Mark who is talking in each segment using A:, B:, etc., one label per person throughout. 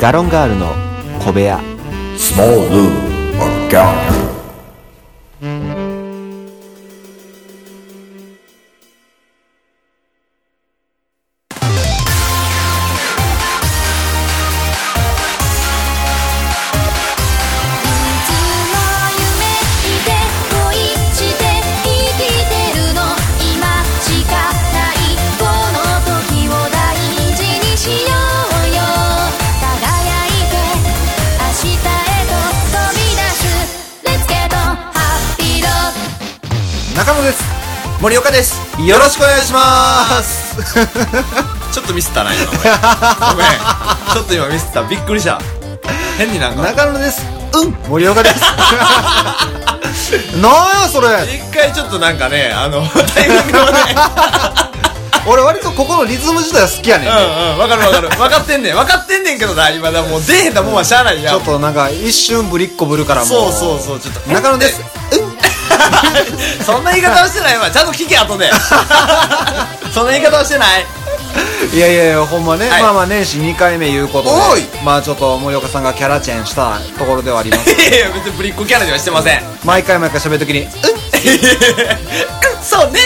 A: ガロンガールの小部屋
B: Small Lou McGallagher.
C: いつも夢見て恋して生きてるの今しかないこの時を大事にしようよ輝いて明日へと飛び出す Let's get on happy road
D: 中野です森岡ですよろしくお願いします
E: ちょっとミスったな今ごめんごめんちょっと今ミスったびっくりした変になんか
D: 中野ですうん森岡ですなんやそれ
E: 一回ちょっとなんかねあの タイミングがね
D: 俺割とここのリズム自体は好きやねん、
E: うんうんわかるわかる分かってんねん分かってんねんけどな今だもう出えへんだもんはしゃあないや
D: ち
E: ん
D: ょっとなんか一瞬ぶりっこぶるからも
E: そうそうそうちょっと
D: 中野です
E: そんな言い方はしてないわちゃんと聞け 後でそんな言い方はしてない
D: いやいやいやほんまね、
E: はい
D: まあまあ年始2回目いうことで
E: おい
D: まあちょっと森岡さんがキャラチェンしたところではありま す
E: いやいや別にぶりっ子キャラではしてません
D: 毎回毎回喋るときに
E: そ うね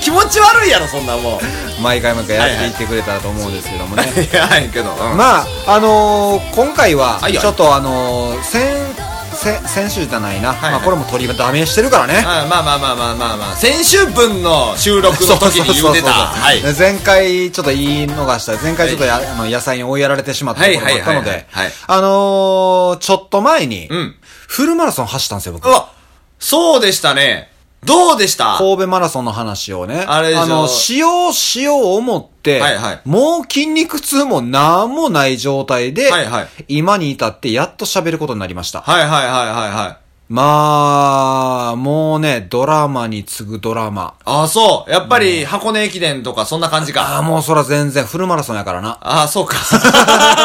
E: 気持ち悪いやろそんなもん
D: 毎回毎回やっていってくれたらと思うんですけどもね、
E: いやはいけど、うん、
D: まああのー今回は
E: はいはい
D: ちょっとあのー先先先週じゃないな、
E: いはい
D: まあ、これも取りダメしてるからね
E: あまあまあまあまあまあまあ先週分の収録の 時に言うてたはい
D: で前回ちょっと言い逃した前回ちょっとや、あの野菜に追いやられてしまったところがあったの
E: はいはい
D: で
E: はいはいはい
D: あのーちょっと前に、
E: うん
D: フルマラソン走ったんですよ僕
E: うわそうでしたねどうでした
D: 神戸マラソンの話をね。
E: あれでしょ
D: の、しようしよう思って、
E: はいはい
D: もう筋肉痛もなんもない状態で、
E: はいはい
D: 今に至ってやっと喋ることになりました。
E: はいはいはいはいはい
D: まあ、もうね、ドラマに次ぐドラマ。
E: あそうやっぱり箱根駅伝とかそんな感じ
D: あ
E: か
D: あ、もうそら全然フルマラソンやからな。
E: あそうか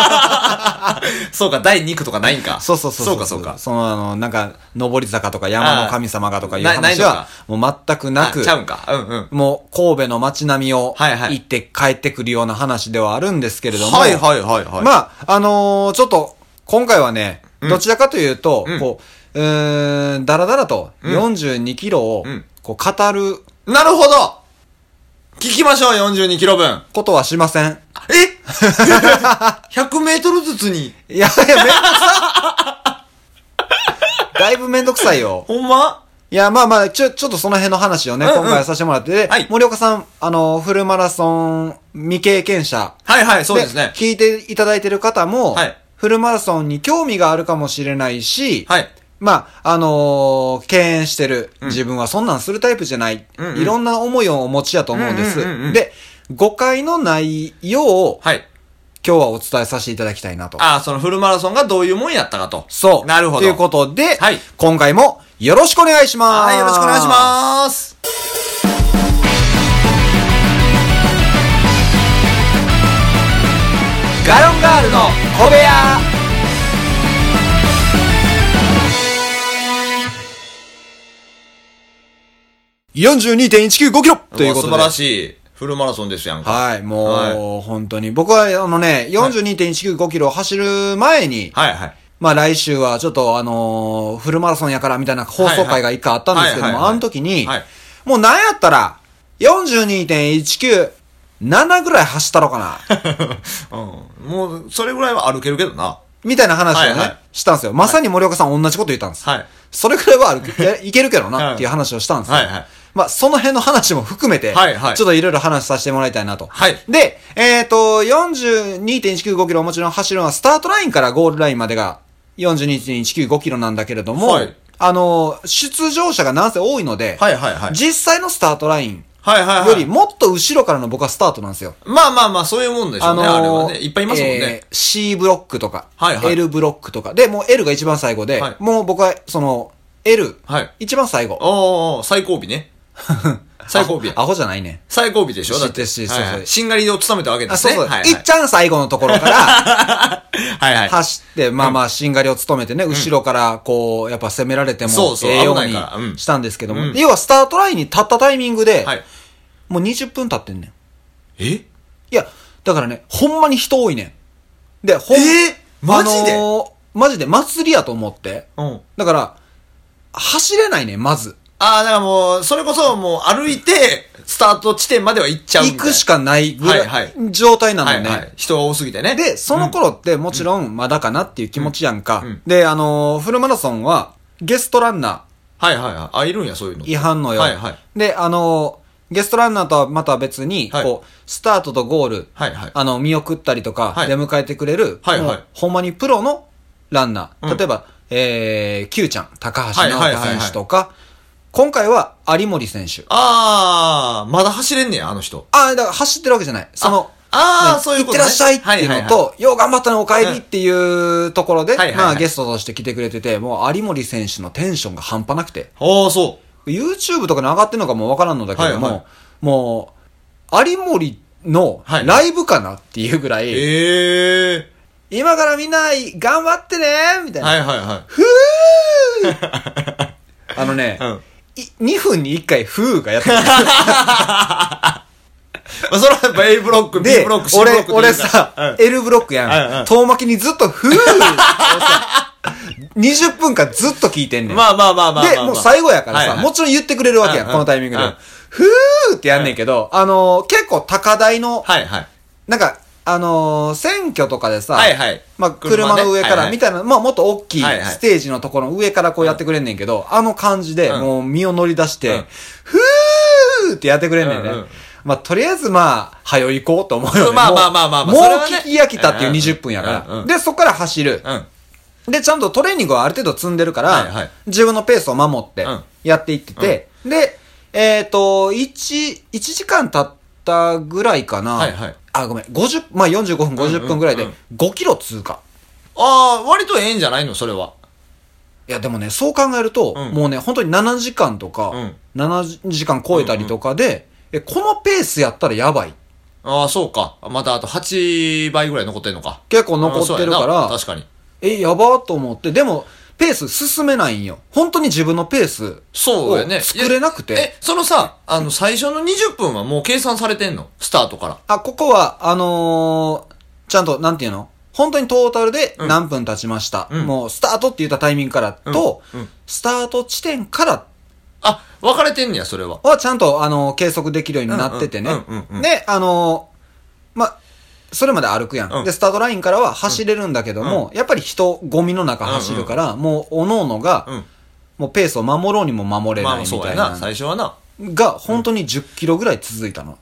E: そうか第2区とかないんか
D: そうそうそう
E: そうかそうか
D: その、あの、なんか、上り坂とか山の神様がとかいう
E: あーなない
D: 話
E: の
D: は
E: か、
D: もう全くな
E: あ
D: く、
E: ちゃうんかうんうん
D: もう神戸の街並みを、
E: はいはい
D: 行って帰ってくるような話ではあるんですけれども、
E: はいはいはいはい
D: まあ、あのーちょっと、今回はね、どちらかというと、
E: ん
D: こう、うーん、だらだらと42キロを
E: ん、
D: こう、語る
E: なるほど聞きましょう42キロ分
D: ことはしません。
E: え 100メートルずつに
D: いやいや、めんどくさい。だいぶめんどくさいよ。
E: ほんま
D: いや、まあまあ、ちょ、ちょっとその辺の話をね、
E: うんうん
D: 今回はさせてもらって、で
E: はい
D: 森岡さん、あの、フルマラソン未経験者。
E: はいはいそうですね
D: 聞いていただいてる方も、
E: はい
D: フルマラソンに興味があるかもしれないし、
E: はい
D: まあ、あのー敬遠してる、自分はそんなんするタイプじゃない、
E: うんうん
D: いろんな思いをお持ちやと思うんです。
E: うんうんうんうん
D: で、誤解のないよう、
E: はい
D: 今日はお伝えさせていただきたいなと。
E: あそのフルマラソンがどういうもんやったかと
D: そう。
E: なるほど
D: ということで、
E: はい
D: 今回もよろしくお願いします。
E: はい、よろしくお願いします。ガロンガールの小部屋
D: 42.195キロということ
E: 素
D: で。
E: 晴らしいフルマラソンですやんか。
D: はい、もう、
E: は
D: 本当に。僕は、あのね、42.195キロを走る前に、
E: はいはい。
D: まあ来週はちょっとあのーフルマラソンやからみたいな放送会が一回あったんですけど
E: はいはいはい
D: も、
E: はい
D: あの時に
E: はい、
D: もうなんやったら、42.197ぐらい走ったろかな、
E: うん。もう、それぐらいは歩けるけどな。
D: みたいな話をね、
E: はいはい
D: したんですよ。まさに森岡さん同じこと言ったんです。
E: はい
D: それぐらいはある いいけるけどなっていう
E: はい
D: 話をしたんですよ。
E: はいはい
D: まあ、その辺の話も含めて、
E: はいはい
D: ちょっといろいろ話させてもらいたいなと。
E: はい
D: で、えっ、と、42.195キロもちろん走るのはスタートラインからゴールラインまでが42.195キロなんだけれども、
E: はい
D: あの、出場者がなんせ多いので、
E: はいはいはい。
D: 実際のスタートライン
E: はいはいはい。
D: よりもっと後ろからの僕はスタートなんですよ。
E: まあまあまあ、そういうもんでしょうね。あれはね。いっぱいいますもんね。
D: えー C ブロックとか、
E: はいはい
D: L ブロックとか。で、もう L が一番最後で、
E: はい
D: もう僕は、その、L、
E: はい
D: 一番最後。
E: おーおー、最後尾 ね。最後尾や
D: ア。ホじゃないね。
E: 最後尾でしょだって。
D: 知って知って
E: はいはい
D: そうそう
E: しんがりを務めたわけで
D: あ、
E: す
D: そう
E: ね。
D: そう。
E: はいはい
D: いっちゃん最後のところ から、
E: はいはい。
D: 走って、まあまあ、しんがりを務めてね、後ろから、こう、やっぱ攻められても
E: そう、そう
D: ええよう
E: 危ないからう
D: に
E: ん
D: したんですけども
E: う、ん
D: 要はスタートラインに立ったタイミングで
E: は、い。
D: もう20分経ってんねん。
E: え
D: いや、だからね、ほんまに人多いねん。で、ほん、
E: えーマジで
D: あのーマジで祭りやと思って。
E: うん。
D: だから、走れないね、まず。
E: ああ、だからもう、それこそもう歩いて、スタート地点までは行っちゃうみた
D: 行
E: いな。
D: くしかないぐらい、
E: はい
D: 状態なのね。
E: はいはい。人が多すぎてね。
D: で、その頃ってもちろんまだかなっていう気持ちやんか。
E: うんうん
D: で、あのーフルマラソンはゲストランナ
E: はいはいはい。あ、いるんや、そういうの。
D: ー違反のよ。
E: はいはい。
D: で、あのーゲストランナーとはまた別に、
E: はい
D: こう、スタートとゴール、
E: はいはい
D: あの、見送ったりとか、
E: はい
D: 出迎えてくれる、
E: はいはい
D: もうほんまにプロのランナー。
E: うん
D: 例えば、えー、Q ちゃん、高橋
E: はいはい
D: 直
E: は
D: 人
E: いはい
D: 選手とか、今回は有森選手。
E: ああ、まだ走れんねや、あの人。
D: ああ、だから走ってるわけじゃない。その、
E: ああ
D: ね
E: ーそういうことね
D: 行ってらっしゃいっていう
E: はいはい
D: の
E: は
D: と、よう頑張ったのお帰りっていうところで、
E: はいはいはい
D: まあゲストとして来てくれてて、もう有森選手のテンションが半端なくて、
E: ああ、そ
D: YouTube とかに上がってるのかもわからんのだけども、
E: はいはい
D: もう、有森の
E: はい
D: ライブかなっていうぐらい、
E: う。ええ
D: 今からみんな頑張ってねみたいな。
E: はいはい は
D: あのね、
E: い。うん。
D: 2分に1回、ふーがやってくる
E: まあ、それはやっぱ A ブロック、B
D: で
E: ブロック、、C ブロッ
D: 俺
E: ク、
D: 俺さ、L ブロック
E: うんう
D: や
E: ん
D: ん。遠巻きにずっと、ふー をさ20分間ずっと聞いてんねん。
E: まあまあまあまあまあまあ。
D: で、もう最後やから
E: はい
D: さ、
E: はい
D: もちろん言ってくれるわけや
E: うん
D: ん、
E: うん
D: このタイミングで
E: うん。
D: ふーってやんねんけど、あのー、結構高台の、
E: はいはい。
D: なんか、あのー、選挙とかでさ、
E: はいはい
D: まあ、
E: 車ね
D: 車の上か
E: はいは
D: ら、
E: い
D: みたいな、まあ、もっと大きい
E: はいはい
D: ステージのところの上からこうやってくれんねんけど、あの感じで、
E: うん
D: もう身を乗り出し
E: うん
D: て、ふーってやってくれんねんね
E: うんうん。
D: まあ、とりあえず、まあ、早行こうと思うよね。
E: まあ
D: もう
E: まあまあまあま
D: も
E: あ
D: う
E: それはね
D: 聞き飽きたっていう20分や
E: うんうんう
D: か
E: ん
D: ら。で、そこから走る。
E: うん。
D: で、ちゃんとトレーニングはある程度積んでるから、
E: はいはい
D: 自分のペースを守って
E: うん、
D: やっていってて、で、えっ、と、1、一時間経ったぐらいかな。
E: はいはい
D: あ、ごめん、50、まあ、45分、50分ぐらいで
E: うんうん、
D: 5キロ通過。
E: ああ、割とええんじゃないの、それは。
D: いや、でもね、そう考えると、
E: うん
D: もうね、本当に7時間とか、
E: うん
D: 7時間超えたりとかで、え、このペースやったらやばい。
E: ああ、そうか。またあと8倍ぐらい残ってんのか。
D: 結構残ってるか
E: あーそうやな
D: ら、
E: 確かに。
D: え、やばーと思って、でも、ペース進めないんよ。本当に自分のペース
E: そうやね。
D: を作れなくて。
E: いやえ、そのさ、あの、最初の20分はもう計算されてんのスタートから。
D: あ、ここは、あのーちゃんと、なんていうの本当にトータルで
E: ん
D: 何分経ちました。
E: うん
D: もう、スタートって言ったタイミングからと、
E: うんうん
D: スタート地点から
E: あ、分かれてんねや、それは。
D: はちゃんと、あのー計測できるようになっててね
E: うんうんうんうん。
D: で、あのーま、それまで歩くやん,、
E: うん
D: で、スタートラインからは走れるんだけども、やっぱり人、ゴミの中走るから、もう、おのおのが、
E: うん。
D: もうペースを守ろうにも守れ
E: ま
D: な
E: あ、
D: いみ
E: そう
D: た
E: や
D: い
E: な。
D: な。
E: 最初はな。
D: が、本当に10キロぐらい続いたの。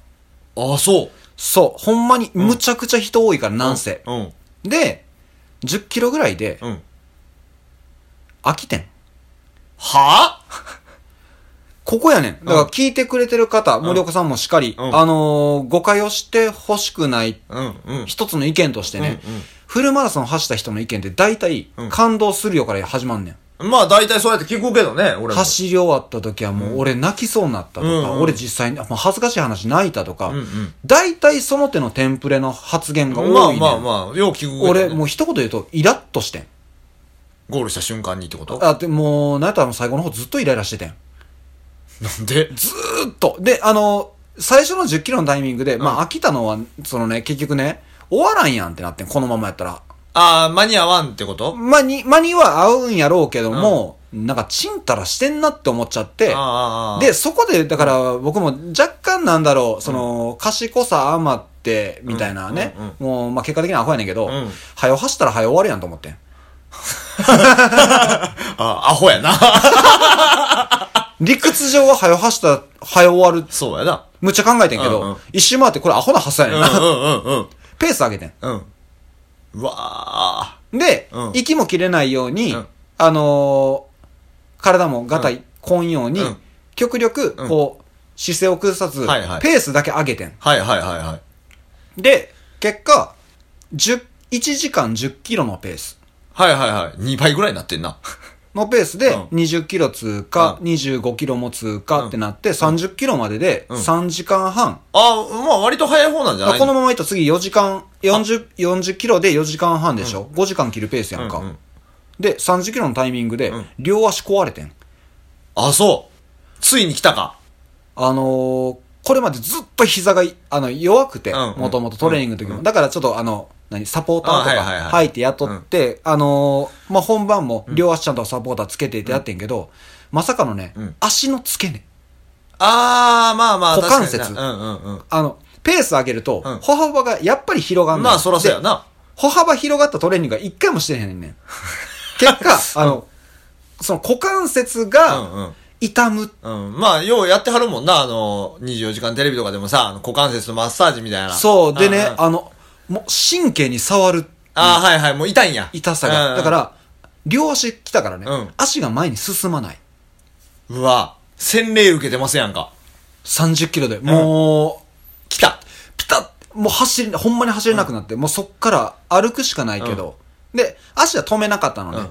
E: ああ、そう。
D: そう。ほんまに、むちゃくちゃ人多いから、なんせ。
E: うん。
D: で、10キロぐらいで、
E: うん。
D: 飽きてん。
E: はあ
D: ここやねん。だから聞いてくれてる方、森岡さんもしっかり、
E: うん
D: あのー誤解をしてほしくない、
E: うん、うん。
D: 一つの意見としてね、
E: うんうん
D: フルマラソン走った人の意見って大体
E: うん、
D: 感動するよから始まんねん。
E: まあ、大体そうやって聞くけどね、俺も。
D: 走り終わった時はもう俺泣きそうになったとか、
E: うんうん
D: 俺実際に、もう恥ずかしい話泣いたとか、
E: うんうん
D: 大体その手のテンプレの発言が多いねん。
E: まあまあまあ、よう聞くけどね。
D: 俺もう一言言うと、イラッとしてん。
E: ゴールした瞬間にってこと
D: あ、でもう、なんやったらもう最後の方ずっとイライラしててん。
E: なんで
D: ずーっと。で、あの、最初の10キロのタイミングで、まあ、飽きたのは、そのね、結局ね、終わらんやんってなってん、このままやったら。
E: ああ、間に合わんってこと
D: まあ、に、間には合うんやろうけども、なんか、ちんたらしてんなって思っちゃって、
E: あーあーあー
D: で、そこで、だから、僕も若干なんだろう、その、賢さ余って、みたいなね、
E: うんうん
D: もう、まあ、結果的にはアホやねんけど、
E: ん
D: 早よ走ったら早よ終わるやんと思ってん。
E: あ、アホやな。
D: 理屈上は早よ走ったら早よ終わる。
E: そうやな。
D: むっちゃ考えてんけど、
E: うんうん
D: 一周回ってこれアホな発想や
E: う
D: ね
E: ん
D: ん
E: う
D: な。
E: んうん
D: ペース上げてん。
E: うん。うん。うわあ。
D: で、
E: うん
D: 息も切れないように、
E: うん
D: あのー体もガタイ、こんように、
E: うん
D: 極力、
E: うん
D: こう、姿勢を崩さず、
E: はいはい
D: ペースだけ上げてん。
E: はいはいはいはい。
D: で、結果、10 1時間10キロのペース。
E: はいはいはい。2倍ぐらいになってんな。
D: のペース
E: う
D: で
E: ん
D: 20キロ通過、
E: う
D: 25キロも通過ってなって、30キロまでで
E: うん
D: 3時間半。
E: ああ、まあ割と早い方なんじゃない
D: このままいったら次4時間、40、40キロで4時間半でしょ、?5 時間切るペースやんか。
E: うんうん
D: で、30キロのタイミングで
E: うん、
D: 両足壊れてん。
E: あ、そう。ついに来たか。
D: あのーこれまでずっと膝がい、あの、弱くて、
E: うん
D: もともとトレーニングの時も。だからちょっとあの、何、サポーターと
E: あ
D: か
E: はいはいはい
D: 入って雇って、あのーまあ、本番も両足ちゃんとサポーターつけてってやってんけど、まさかのね
E: うん、
D: 足の付け根。
E: あー、まあまあ、
D: 股関節
E: 確かになうんうんうん。
D: あの、ペース上げると
E: うん、
D: 歩幅がやっぱり広がんの
E: まあ、そらそうや。な。
D: で歩幅広がったトレーニングが一回もしてへん ねん。結果、あの、その股関節
E: うんう
D: が
E: ん
D: 痛む。
E: うん。まあ、ようやってはるもんな、あの、24時間テレビとかでもさ、あの股関節のマッサージみたいな。
D: そう。でね
E: んん、
D: あの、もう神経に触る
E: あーはいはい、もう痛いんや。
D: 痛さ
E: うんう
D: が。
E: ん
D: だか、ら、両足来たからね
E: うん、
D: 足が前に進まない。
E: うわ、洗礼受けてますやんか。
D: 30キロで、もう、
E: 来た
D: ピタッもう走り、ほんまに走れなくなって、もうそっから歩くしかないけど、で、足は止めなかったのね。
E: うん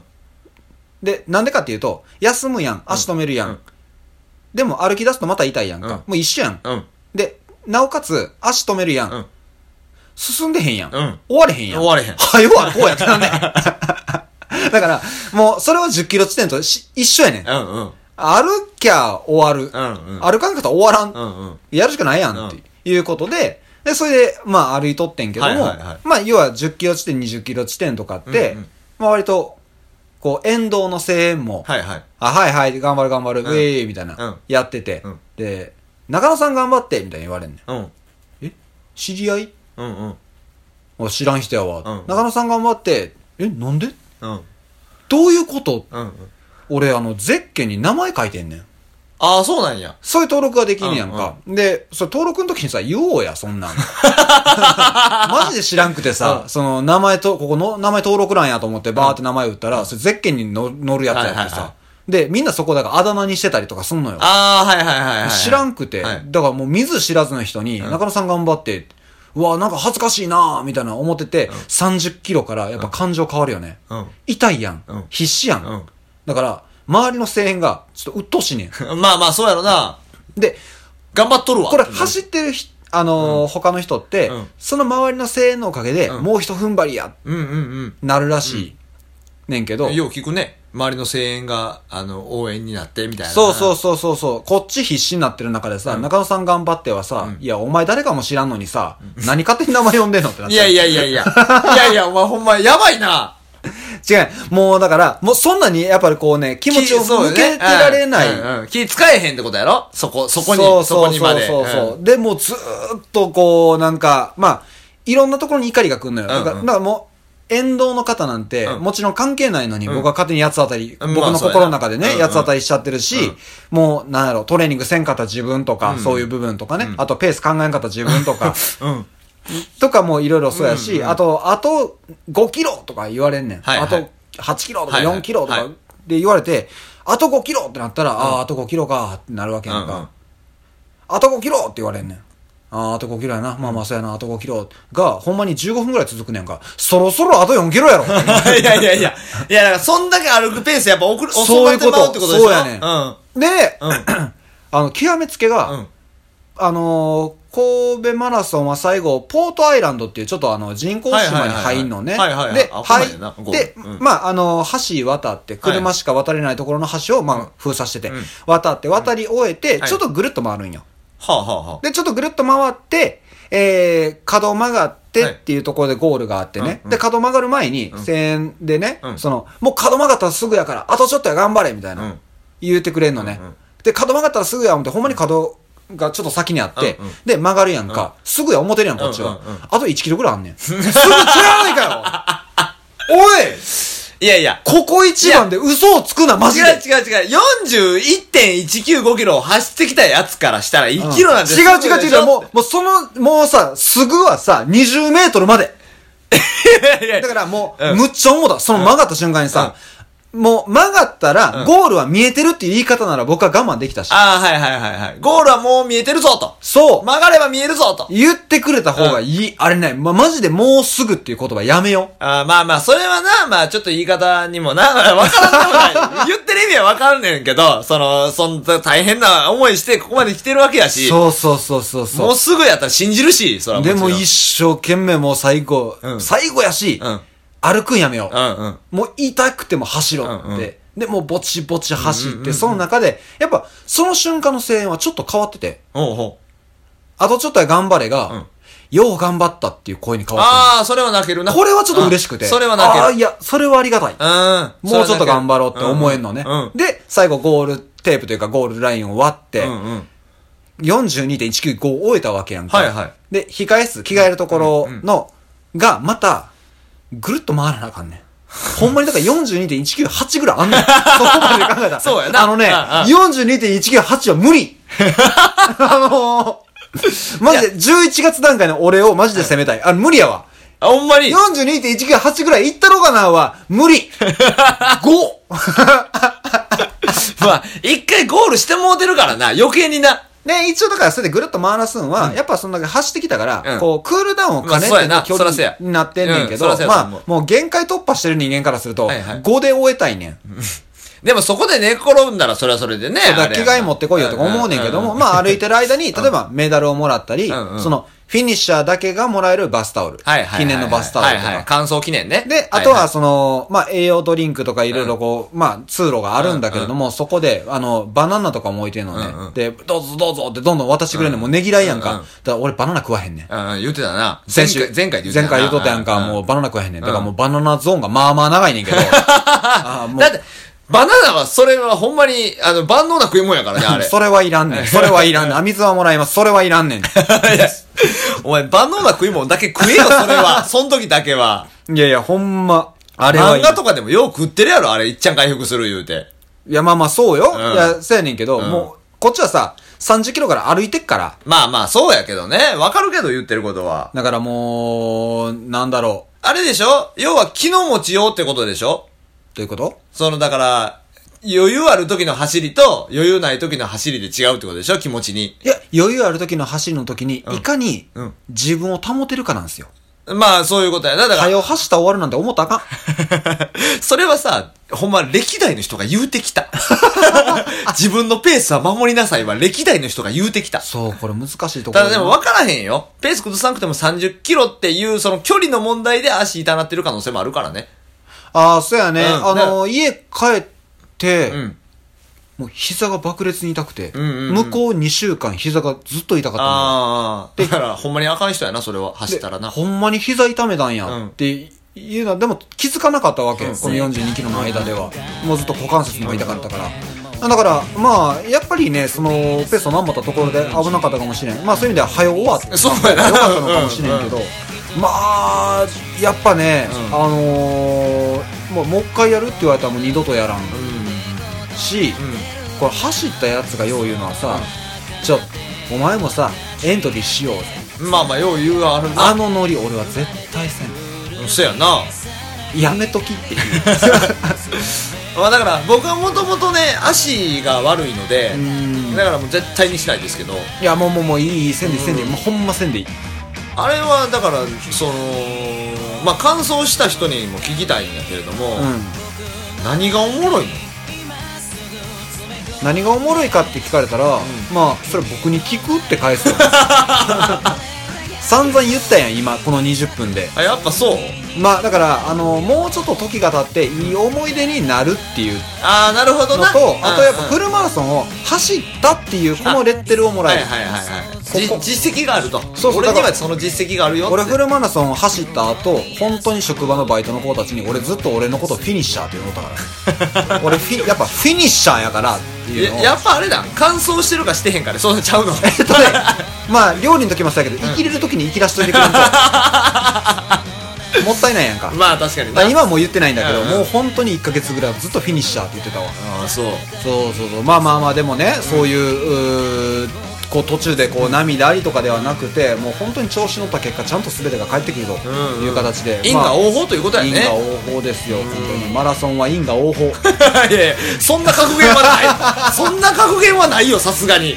D: で、なんでかっていうと、休むやん、足止めるやん。
E: うん
D: でも歩き出すとまた痛いやんか。
E: うん
D: もう一緒やん。
E: うん。
D: で、なおかつ、足止めるやん。
E: うん
D: 進んでへんやん。
E: うん
D: 終われへんやん。
E: 終われへん
D: はよ、こうやってなん ねん だから、もう、それは10キロ地点とし一緒やねん。
E: うんうん。
D: 歩きゃ終わる。
E: うんうん
D: 歩かんかったら終わらん。
E: うんうん。
D: やるしかないやんっていうことで、で、それで、まあ歩いとってんけども、
E: はいはいはい
D: まあ要は10キロ地点、20キロ地点とかって、
E: うんうん
D: まあ割と、こう、沿道の声援も、
E: はいはい。
D: あ、はいはい、頑張る頑張る、ウェーイみたいな、
E: うん
D: やってて、
E: うん
D: で、中野さん頑張ってみたいに言われんねん。
E: うん。
D: え知り合い
E: うんうん。
D: あ知らん人やわ、
E: うん
D: 中野さん頑張って、え、なんで
E: うん。
D: どういうこと
E: うんうん。
D: 俺、あの、ゼッケンに名前書いてんねん。
E: ああ、そうなんや。
D: そういう登録ができんねやんか。で、それ登録の時にさ、言おうや、そん なん。マジで知らんくてさ、
E: うん
D: その、名前と、ここの、名前登録欄やと思って、バーって名前打ったら、それゼッケンにの乗るやつやってさ、
E: はいはいは
D: で、みんなそこだからあだ名にしてたりとかすんのよ。
E: ああ、はいはいはいはい。
D: 知らんくて、
E: はい
D: だからもう見ず知らずの人に、中野さん頑張って、うわ、なんか恥ずかしいなぁみたいな思ってて、30キロからやっぱ感情変わるよね。
E: うん
D: 痛いやん,、
E: うん
D: 必死やん,、
E: うん
D: だから、周りの声援が、ちょっと鬱陶しいね ん。
E: まあまあ、そうやろな。
D: で、
E: 頑張っとるわ。
D: これ走ってるひ、あのー他の人って、
E: うん
D: その周りの声援のおかげで、もう一踏ん張りや、
E: うんうん
D: なるらしい、ねんけ
E: う
D: ど
E: ん。。よう聞くね。周りの声援が、あの、応援になって、みたいな。
D: そうそうそうそうそう。こっち必死になってる中でさ、中野さん頑張ってはさ、いや、お前誰かも知らんのにさ、何勝手に名前呼んでんのってなっ
E: い
D: ちゃ
E: や
D: う。
E: いやいや いや。いやいや、お前ほんま、やばいな。
D: 違う。もうだから、もうそんなにやっぱりこうね、気持ちを
E: そうよ
D: 向
E: ね
D: けてられない。
E: うんうん気使えへんってことやろそこ、そこに、
D: そう
E: そ
D: そ
E: こ
D: う
E: にまで。
D: そうそうそう
E: う
D: で、もうずーっとこう、なんか、まあ、いろんなところに怒りが来るのよ。
E: うんう
D: だ
E: ん
D: からだからもう、沿道の方なんて、
E: うん
D: もちろん関係ないのに、
E: ん
D: 僕は勝手に八つ当たり、
E: うん
D: 僕
E: ま
D: の
E: あそうやな
D: 心の中でね、
E: うんうん
D: 八つ当たりしちゃってるし、
E: うん
D: もう、なんやろ、トレーニングせんかった自分とか、そういう部分とかね、あとペース考えんかった自分と か、
E: ん。うん。
D: とかもいろいろそうやし、あと、あと5キロとか言われんねん。
E: はいはい
D: あと8キロとか
E: はいはい
D: 4キロとか
E: はい
D: で言われて、あと5キロってなったら、ああ、あと5キロかってなるわけやんか。
E: うんうん
D: あと5キロって言われんねん。ああ、あと5キロやな。まあまあそうやな、あと5キロが、ほんまに15分ぐらい続くねんか。そろそろあと4キロや ろ。
E: いやいやいや。いや、だから、そんだけ歩くペースやっぱ遅る、遅
D: そういう
E: まっ
D: こと
E: てまうってことでしょ
D: そうやねん
E: うん。
D: で、
E: うん
D: あの、極めつけが、
E: うん
D: あのー神戸マラソンは最後、ポートアイランドっていうちょっとあの人工島に入んのね。
E: はいはいはいはい
D: で、
E: あこんなんやな
D: は
E: こ
D: い。
E: こ
D: で、
E: うん
D: まあ、あのー橋渡って、車しか渡れないところの橋を、まあ、封鎖してて、
E: うん
D: 渡って、渡り終えて、
E: はい
D: ちょっとぐるっと回るんよ。
E: はあはあは
D: で、ちょっとぐるっと回って、えー、角曲がって
E: はい
D: っていうところでゴールがあってね。
E: うんうん
D: で、角曲がる前に、線でね、
E: うん
D: その、もう角曲がったらすぐやから、あとちょっとや頑張れみたいな、
E: うん
D: 言うてくれんのね。
E: うんうん
D: で、角曲がったらすぐや思って、ほんまに角がちょっと先にあって、
E: うんうん
D: で、曲がるやんか、すぐや思てるやん、こっちは。
E: うんうんうん
D: あと1キロぐらいあんねん。すぐ釣らないかよおい
E: い。いやいや。
D: ここ一番で嘘をつくな、マジで
E: 違う違う違う。41.195キロを走ってきたやつからしたら1キロなんてす
D: 違
E: ごいうでしょ、
D: 違う違う、もう、もうその、もうさ、すぐはさ、20メートルまで。
E: いやいや
D: だからもう、
E: うん
D: むっちゃ思った。その曲がった瞬間にさ、もう曲がったら、ゴールは見えてるっていう言い方なら僕は我慢できたし。
E: ああ、はいはいはいはい。ゴールはもう見えてるぞと。
D: そう、
E: 曲がれば見えるぞと。
D: 言ってくれた方がいい。あれね、ま、マジでもうすぐっていう言葉やめよう。
E: あーまあまあ、それはな、まあちょっと言い方にもな、ま あわからんでもない。言ってる意味はわかんねんけど、その、そんな大変な思いしてここまで来てるわけやし、
D: そうそうそうそうそう。
E: もうすぐやったら信じるし、そら
D: でも
E: ちろん
D: 一生懸命もう最後、
E: うん
D: 最後やし、
E: うん
D: 歩くんやめよう。
E: うんうん。
D: もう痛くても走ろうって。
E: うんうん
D: で、もうぼちぼち走って、その中で、やっぱ、その瞬間の声援はちょっと変わってて、
E: ほうほ
D: あとちょっとは頑張れが、
E: うん
D: よう頑張ったっていう声に変わって
E: ああ、それは泣ける
D: る
E: な。
D: これはちょっと嬉しくて。
E: うんそれは泣け
D: ああ、
E: る。
D: いや、それはありがたい。
E: うん。
D: もうちょっと頑張ろうって思えんのね
E: うんうん。。
D: で、最後ゴールテープというかゴールラインを割って
E: う、んうん。
D: 42.195を終えたわけやんか。
E: はいはい
D: で、控室、着替えるところの、が、また、ぐるっと回らなあかんねん。 ほんまにだから42.198ぐらい あんねん。そこまで考えたら。
E: そうやな
D: あのね、42.198は無 理あのー、マジで、11月段階の俺をマジで責めたい。あ、無理やわ。
E: あ、ほんまに。
D: 42.198ぐらいいったろうかなは、無理 !5!
E: まあ、一回ゴールしてもうてるからな。余計にな。
D: ね、一応だからそれでぐるっと回らすんは、やっぱそんだけ走ってきたから、
E: うん
D: こう、クールダウンを兼ね
E: まあそうや
D: て
E: な
D: の距
E: そらそう
D: 離
E: や
D: になってんねんけど、
E: うんそらそうやと思う
D: まあ、もう限界突破してる人間からすると、
E: はいはい
D: 5で終えたいねん。
E: でもそこで寝転んだらそれはそれでね。
D: だ
E: あ
D: から
E: れ
D: 着
E: や
D: 替え持ってこいよとか思うねんけども、
E: う
D: まあ歩いてる間に、例えばメダルをもらったり、
E: うんうん
D: その、フィニッシャーだけがもらえるバスタオル。
E: はいはいはい。
D: 記念のバスタオルとか。
E: はいはい。乾燥記念ね。
D: で、あと
E: い
D: は、その、まあ、栄養ドリンクとかいろいろこう、まあ、通路があるんだけれども、そこで、あの、バナナとかも置いてんのね。
E: うんうん
D: で、どうぞどうぞってどんどん渡してくれるの、もうねぎらいやんか。
E: うんうん
D: だから俺バナナ食わへんねん。
E: はい、うん、言ってたな。
D: 先週。
E: 前回
D: 前回言うとったやんか、もうバナナ食わへんねん。だからもうバナナゾーンがまあまあ長いねんけ ど。あーも
E: だって、バナナは、それはほんまに、あの、万能な食い物やからね、あ
D: う、
E: れ。
D: それはいらんねん。それはいらんねん。あ水はもらいます。それはいらんねん。
E: お前、万能な食い物だけ食えよ、それは。その時だけは。
D: いやいや、ほんま。 あれはい
E: 漫
D: らん
E: 画とかでもよう食ってるやろ、あれ。いっちゃん回復する言うて。
D: いや、まあまあ、そうよ。
E: ん
D: いや、そうやねんけど、
E: うん
D: もう、こっちはさ、30キロから歩いてっから。
E: まあまあ、そうやけどね。わかるけど、言ってることは。
D: だからもう、なんだろ
E: あれでしょ要は、気の持ちようってことでしょ
D: う。ということ
E: その、だから、余裕ある時の走りと、余裕ない時の走りで違うってことでしょ気持ちに。
D: いや、余裕ある時の走りの時に、いかに
E: うん
D: 自分を保てるかなんですよ。
E: まあ、そういうことやな。だから
D: 早、う走ったら終わるなんて思ったらあか
E: それはさ、ほんま歴代の人が言うてきた。 自分のペースは守りなさいは歴代の人が言うてきた
D: ん。。そう、これ難しいところよ
E: ただでも分からへんよ。ペース崩さなくても30キロっていうその距離の問題で足痛なってる可能性もあるからね。
D: ああ、そうやね。
E: うん
D: あの、家帰って、
E: うん。
D: もう膝が爆裂に痛くて、
E: んうんうん
D: 向こう2週間膝がずっと痛かったのよ
E: ああ。だからほんまにあかん人やな、それは。走ったら
D: で
E: な。
D: ほんまに膝痛めたんやっていうのは、でも気づかなかったわけ、
E: うん
D: この42キロの間ではもうずっと股関節も痛かったからだからまあやっぱりねそのペースを何もったところで危なかったかもしれんまあそういう意味では早終わって
E: そうやな
D: よかったのかもしれんけど、まあやっぱね、
E: うん
D: あのー、もうもう一回やるって言われたらもう二度とやらんし、これ走ったやつがよう言うのはさ、ちょお前もさエントリーしようぜ
E: うん。まあまあ、よう言うはあるな。
D: あのノリ俺は絶対せん
E: そうやな。
D: やめとき っていう
E: まあだから僕はもともとね、足が悪いので、だからもう絶対にしないですけど。
D: いやもうもうもういいいいせんでいいせんでいいもうほんませんでいい
E: あれはだからそのまあ乾燥した人にも聞きたいんだけれども、
D: うん
E: 何がおもろいの
D: 何がおもろいかって聞かれたら、まあそれ僕に聞くって返す よ散々言ったやん今この20分で
E: あやっぱそう
D: まあだからあのもうちょっと時が経っていい思い出になるっていう
E: ああなるほど
D: の
E: な
D: とあとやっぱ
E: うんうん
D: フルマラソンを走ったっていうこのレッテルをもら
E: は
D: え
E: い
D: る
E: はいはいはい
D: ここ
E: じ実績があると
D: そうそう
E: 俺
D: だ
E: に
D: から
E: はその実績があるよって
D: 俺フルマラソンを走った後本当に職場のバイトの子たちに俺ずっと俺のことフィニッシャーって呼んだから 俺フィやっぱフィニッシャーやからっていうのを
E: ややっぱあれだ乾燥してるかしてへんかでそうちゃうの
D: えっとねまあ料理の時もそうやけど生きれる時に生きらしといてくれん ともったいないやんか
E: まあ確か
D: だ
E: に
D: から
E: な
D: 今はもう言ってないんだけど
E: うんうん
D: もう本当に1ヶ月ぐらいはずっとフィニッシャーって言ってたわ
E: ああそう
D: そうそうそうまあまあまあでもねそういううーこう途中でこう涙ありとかではなくてもう本当に調子乗った結果ちゃんと全てが返ってくると
E: んうん
D: いう形で、
E: 因
D: まあ
E: 果応報ということやね
D: 因果応報ですよ、本当に。マラソンは因果応報。
E: いやいやそんな格言はないそんな格言はないよさすがに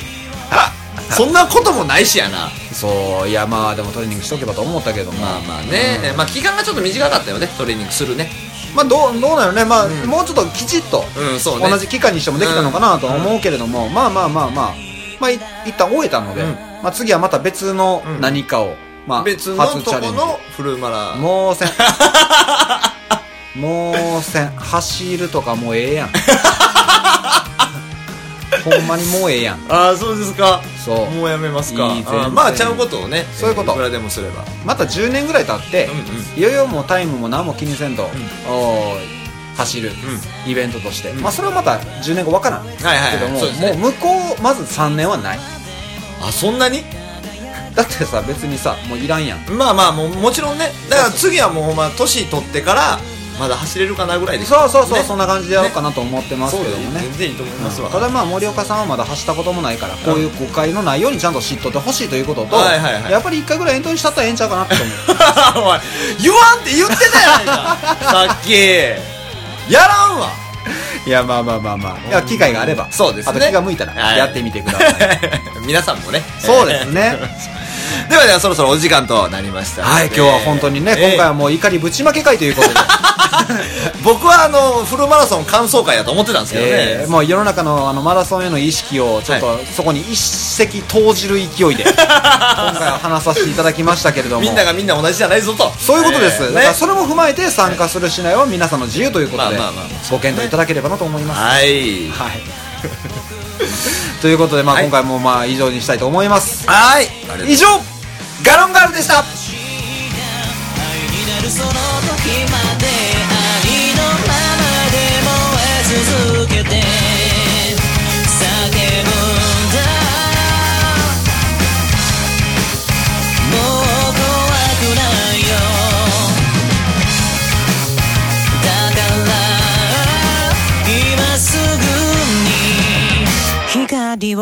E: そんなこともないしやな
D: そう、いや、まあ、でもトレーニングしとけばと思ったけど、ま
E: ま
D: あ
E: あまあね、まあ期間がちょっと短かったよねトレーニングするね
D: まあ、どう、どうなのね、まあ、もうちょっときちっと、
E: うんそうね
D: 同じ期間にしてもできたのかなとは思うけれども、まあまあまあまあ、まあ、い一旦終えたので、
E: うん
D: まあ、次はまた別の
E: うん
D: 何かを、まあ、
E: 別の
D: 初
E: と
D: チャ
E: こ
D: レンジ。
E: のフルマラ
D: も うせん。もうせん。走るとか もうええやん。ほんまにもうええやん。
E: ああそうですか
D: そう
E: もうやめますか
D: いい全
E: あー
D: 然
E: まあちゃうことをね
D: そういうこと
E: えーいくらでもすれば
D: また10年ぐらい経って、
E: う
D: いよいよもうタイムも何も気にせんと、おー走る、イベントとして、まあそれはまた10年後わからん、
E: はいはい
D: けども
E: そうですね
D: もう向こうまず3年はない
E: あそんなに
D: だってさ別にさもういらんやん
E: まあまあもうもちろんねだから次はもうほんま年取ってからまだ走れるかなぐらいで
D: そうそうそう、
E: ね
D: そんな感じでやろうかなと思ってます
E: そう
D: け
E: だ
D: ど
E: よ
D: もね
E: 全然いいと思いますわ、
D: ただまあ森岡さんはまだ走ったこともないからこういう誤解のないようにちゃんと知っとってほしいということと、
E: はいはいはい
D: やっぱり一回ぐらいエントリーしたったらええんちゃうかなって思う
E: お前言わんって言ってたやない かさっきやらんわ
D: いやまあまあまあまあいや機会があれば
E: そうですね
D: あと気が向いたら
E: はい
D: やってみてください、
E: 皆さんもね
D: そうですね
E: ではではそろそろお時間となりました
D: はい今日は本当にね、
E: えー
D: 今回はもう怒りぶちまけ会ということ で、
E: 僕はあのフルマラソン完走会だと思ってたんですけどね、
D: えーもう世の中のあのマラソンへの意識をちょっと、
E: は
D: そこに一石投じる勢 いで今回は話させていただきましたけれども
E: みんながみんな同じじゃないぞと
D: そういうことです、
E: え
D: だ
E: ー
D: から
E: ね
D: それも踏まえて参加するしないは皆さんの自由ということで、
E: まあまあまあ
D: ご検討いただければなと思います、
E: は
D: は
E: い
D: い。 ということで、まあ、
E: はい
D: 今回もまあ以上にしたいと思います。
E: はい
D: 以上ガロンガールでした
F: 愛になるその時まで愛のままで燃え続けて叫ぶんだもう怖くないよだから今すぐに光を